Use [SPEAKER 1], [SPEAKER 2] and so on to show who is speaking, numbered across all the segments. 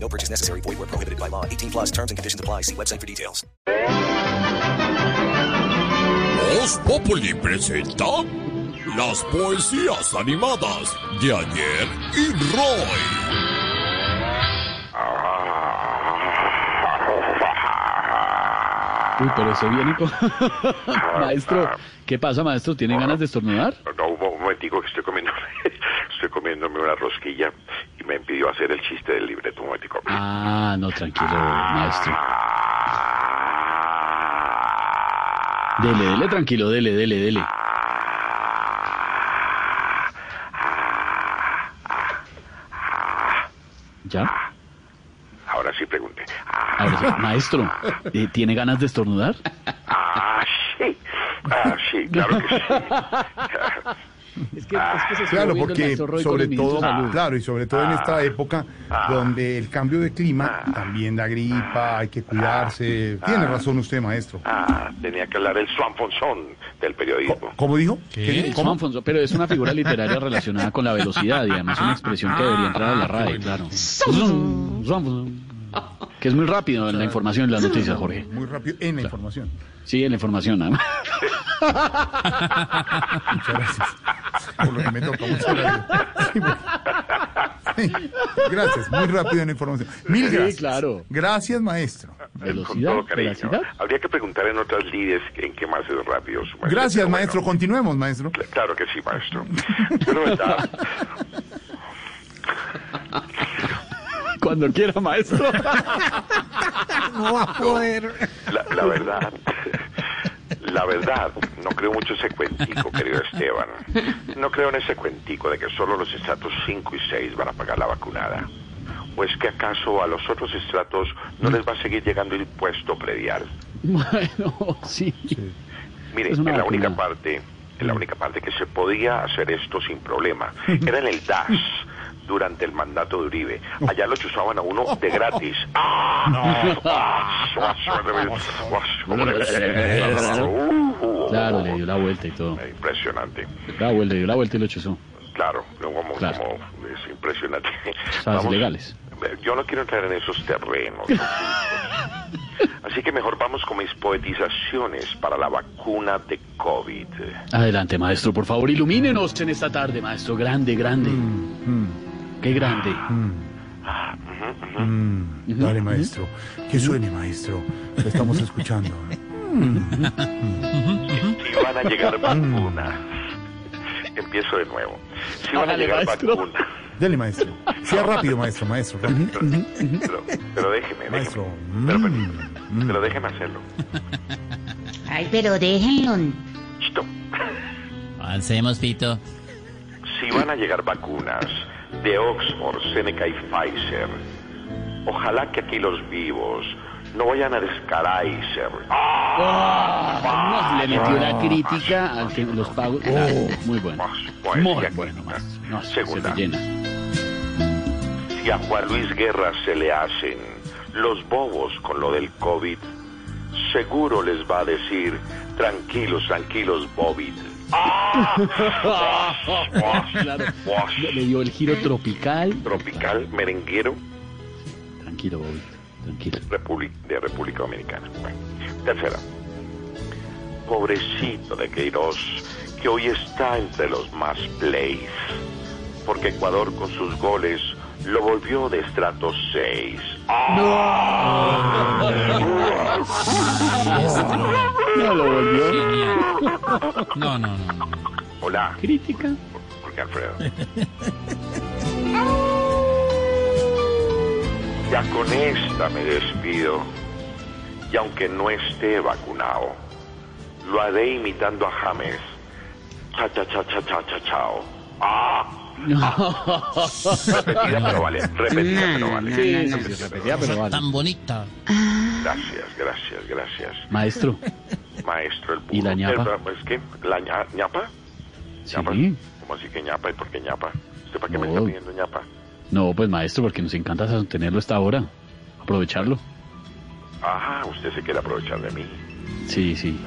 [SPEAKER 1] No purchase necessary. Void where prohibited by law. 18 plus terms and conditions apply. See website for details.
[SPEAKER 2] Os Populi presenta las poesías animadas de ayer y Roy.
[SPEAKER 3] Uy, pero eso biónico.
[SPEAKER 4] Ah.
[SPEAKER 3] maestro, ¿qué pasa, maestro? ¿Tiene ganas de estornudar?
[SPEAKER 5] No, un mo- un momentico que estoy comiendo, estoy comiéndome una rosquilla y me impidió hacer el chiste del libreto, un momentico.
[SPEAKER 3] Ah, no, tranquilo, maestro. Dele, dele, tranquilo, dele, dele, dele. ¿Ya?
[SPEAKER 5] Ahora sí pregunté.
[SPEAKER 3] Ahora sí. Maestro, ¿eh, ¿tiene ganas de estornudar?
[SPEAKER 5] Ah, sí. Ah, sí, claro que sí.
[SPEAKER 3] Es que, es que se está
[SPEAKER 4] Claro,
[SPEAKER 3] moviendo el
[SPEAKER 4] porque
[SPEAKER 3] maestro Roy con
[SPEAKER 4] sobre
[SPEAKER 3] el ministro
[SPEAKER 4] todo,
[SPEAKER 3] de Salud.
[SPEAKER 4] claro, y sobre todo en esta época donde el cambio de clima, también da gripa, hay que cuidarse. Tiene razón usted, maestro.
[SPEAKER 5] Ah, tenía que hablar el swanfonzón del periodismo.
[SPEAKER 4] Co- ¿Cómo dijo?
[SPEAKER 3] Sí, Juan Fonso, pero es una figura literaria relacionada con la velocidad y además una expresión que debería entrar a la RAE, claro. Zum, zum, zum. Que es muy rápido en la información, en las noticias, Jorge.
[SPEAKER 4] Muy rápido en la información.
[SPEAKER 3] Sí, en la información. ¿ah? ¿no?
[SPEAKER 4] Muchas gracias. Por lo que me toca, muchas gracias. Sí, bueno. Sí, gracias, muy rápido en la información. Mil
[SPEAKER 3] Sí,
[SPEAKER 4] gracias.
[SPEAKER 3] claro.
[SPEAKER 4] Gracias, maestro.
[SPEAKER 3] Pues
[SPEAKER 5] Con
[SPEAKER 3] Velocidad,
[SPEAKER 5] todo cariño.
[SPEAKER 3] velocidad.
[SPEAKER 5] Habría que preguntar en otras líderes en qué más es rápido. su merced, pero
[SPEAKER 4] Gracias,
[SPEAKER 5] bueno.
[SPEAKER 4] maestro. Continuemos, maestro.
[SPEAKER 5] Cla- Claro que sí, maestro. Bueno, ¿verdad?
[SPEAKER 3] Cuando quiera, maestro.
[SPEAKER 5] La, la verdad, la verdad, no creo mucho ese cuentico, querido Esteban. No creo en ese cuentico de que solo los estratos 5 y 6 van a pagar la vacunada. ¿O es que acaso a los otros estratos no les va a seguir llegando el impuesto predial?
[SPEAKER 3] Bueno, sí.
[SPEAKER 5] Mire,
[SPEAKER 3] Es
[SPEAKER 5] en
[SPEAKER 3] una
[SPEAKER 5] la
[SPEAKER 3] vacuna.
[SPEAKER 5] única parte, en la única parte que se podía hacer esto sin problema, era en el DAS durante el mandato de Uribe. Allá lo chuzaban a uno de gratis. ¡Ah! No. ¡Ah! ¡Ah! ¡Ah! ¡Ah!
[SPEAKER 3] Claro, le dio la vuelta y todo.
[SPEAKER 5] Impresionante.
[SPEAKER 3] La vuelta, le dio la vuelta y lo chuzó.
[SPEAKER 5] Claro, no, como,
[SPEAKER 3] Claro.
[SPEAKER 5] como es impresionante. eh,
[SPEAKER 3] Sabes, legales.
[SPEAKER 5] Yo no quiero entrar en esos terrenos. Así que mejor vamos con mis poetizaciones para la vacuna de COVID.
[SPEAKER 3] Adelante, maestro, por favor, ilumínenos en esta tarde, maestro. Grande, grande. Qué grande.
[SPEAKER 4] Dale, maestro. Que suene, maestro. Lo estamos escuchando.
[SPEAKER 5] Si van a llegar vacunas. Empiezo de nuevo. Si van a
[SPEAKER 3] Hágale,
[SPEAKER 5] llegar
[SPEAKER 3] maestro.
[SPEAKER 5] vacunas.
[SPEAKER 4] Dale, maestro. Sea rápido, maestro, maestro. rápido.
[SPEAKER 5] Pero, pero déjeme,
[SPEAKER 4] Maestro.
[SPEAKER 5] déjeme.
[SPEAKER 4] Mm.
[SPEAKER 5] Pero,
[SPEAKER 3] Mm,
[SPEAKER 5] pero- pero déjeme hacerlo.
[SPEAKER 6] Ay, pero déjenlo.
[SPEAKER 5] Stop.
[SPEAKER 7] Avancemos, Pito.
[SPEAKER 5] Si van a llegar vacunas de Oxford, Seneca y Pfizer, ojalá que aquí los vivos no vayan a descaraiser.
[SPEAKER 3] ¡Ah! No, le metió la crítica a que los pagos. Claro, muy bueno. Muy bueno, maestro. No, se
[SPEAKER 5] Segunda.
[SPEAKER 3] me llena.
[SPEAKER 5] Si a Juan Luis Guerra se le hacen los bobos con lo del COVID, seguro les va a decir, tranquilos, tranquilos, ¡Ah! Bobby.
[SPEAKER 3] Claro. Le le dio el giro tropical.
[SPEAKER 5] ¡Ah! Tropical, merenguero,
[SPEAKER 3] Tranquilo, Bobby. Tranquilo.
[SPEAKER 5] Republi- de República Dominicana. Bueno, tercera. Pobrecito de Queiroz, que hoy está entre los más plays, porque Ecuador con sus goles lo volvió de estrato 6.
[SPEAKER 3] No lo volvió.
[SPEAKER 7] No, no, no. no.
[SPEAKER 5] Hola,
[SPEAKER 3] Crítica.
[SPEAKER 5] porque Alfredo. Ya con esta me despido. Y aunque no esté vacunado, lo haré imitando a James. Cha cha cha cha cha cha chao. Ah, repetida pero vale, repetida pero vale.
[SPEAKER 3] Sí, sí, sí, repetía, pero vale.
[SPEAKER 7] Tan bonita.
[SPEAKER 5] Gracias, gracias, gracias.
[SPEAKER 3] Maestro.
[SPEAKER 5] Maestro, el burro.
[SPEAKER 3] ¿Y la ñapa?
[SPEAKER 5] Eh, pero, ¿Es que ¿La ña- ñapa? ¿Ñapa?
[SPEAKER 3] Sí.
[SPEAKER 5] ¿Cómo así que ñapa? ¿Y por qué ñapa? ¿Usted para qué me
[SPEAKER 3] No.
[SPEAKER 5] está pidiendo ñapa?
[SPEAKER 3] No, pues maestro, porque nos encanta tenerlo hasta ahora. Aprovecharlo.
[SPEAKER 5] Ajá, usted se quiere aprovechar de mí.
[SPEAKER 3] Sí, sí.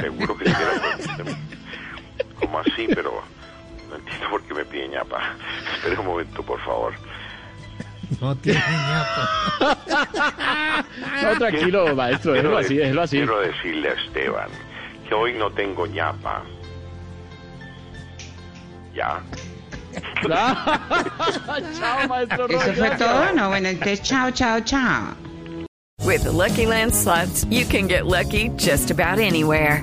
[SPEAKER 5] Seguro que se quiere aprovechar de mí. ¿Cómo así? Pero no entiendo por qué me pide ñapa. Espere un momento, por favor.
[SPEAKER 8] No tiene ñapa.
[SPEAKER 3] No, tranquilo, maestro, déjelo así,
[SPEAKER 5] de-
[SPEAKER 3] déjelo así.
[SPEAKER 5] Quiero decirle a Esteban que hoy no tengo ñapa. Ya.
[SPEAKER 3] Chao, maestro.
[SPEAKER 9] Eso fue todo, ¿no? Bueno, entonces, chao, chao, chao.
[SPEAKER 10] With the Lucky Land slots, you can get lucky just about anywhere.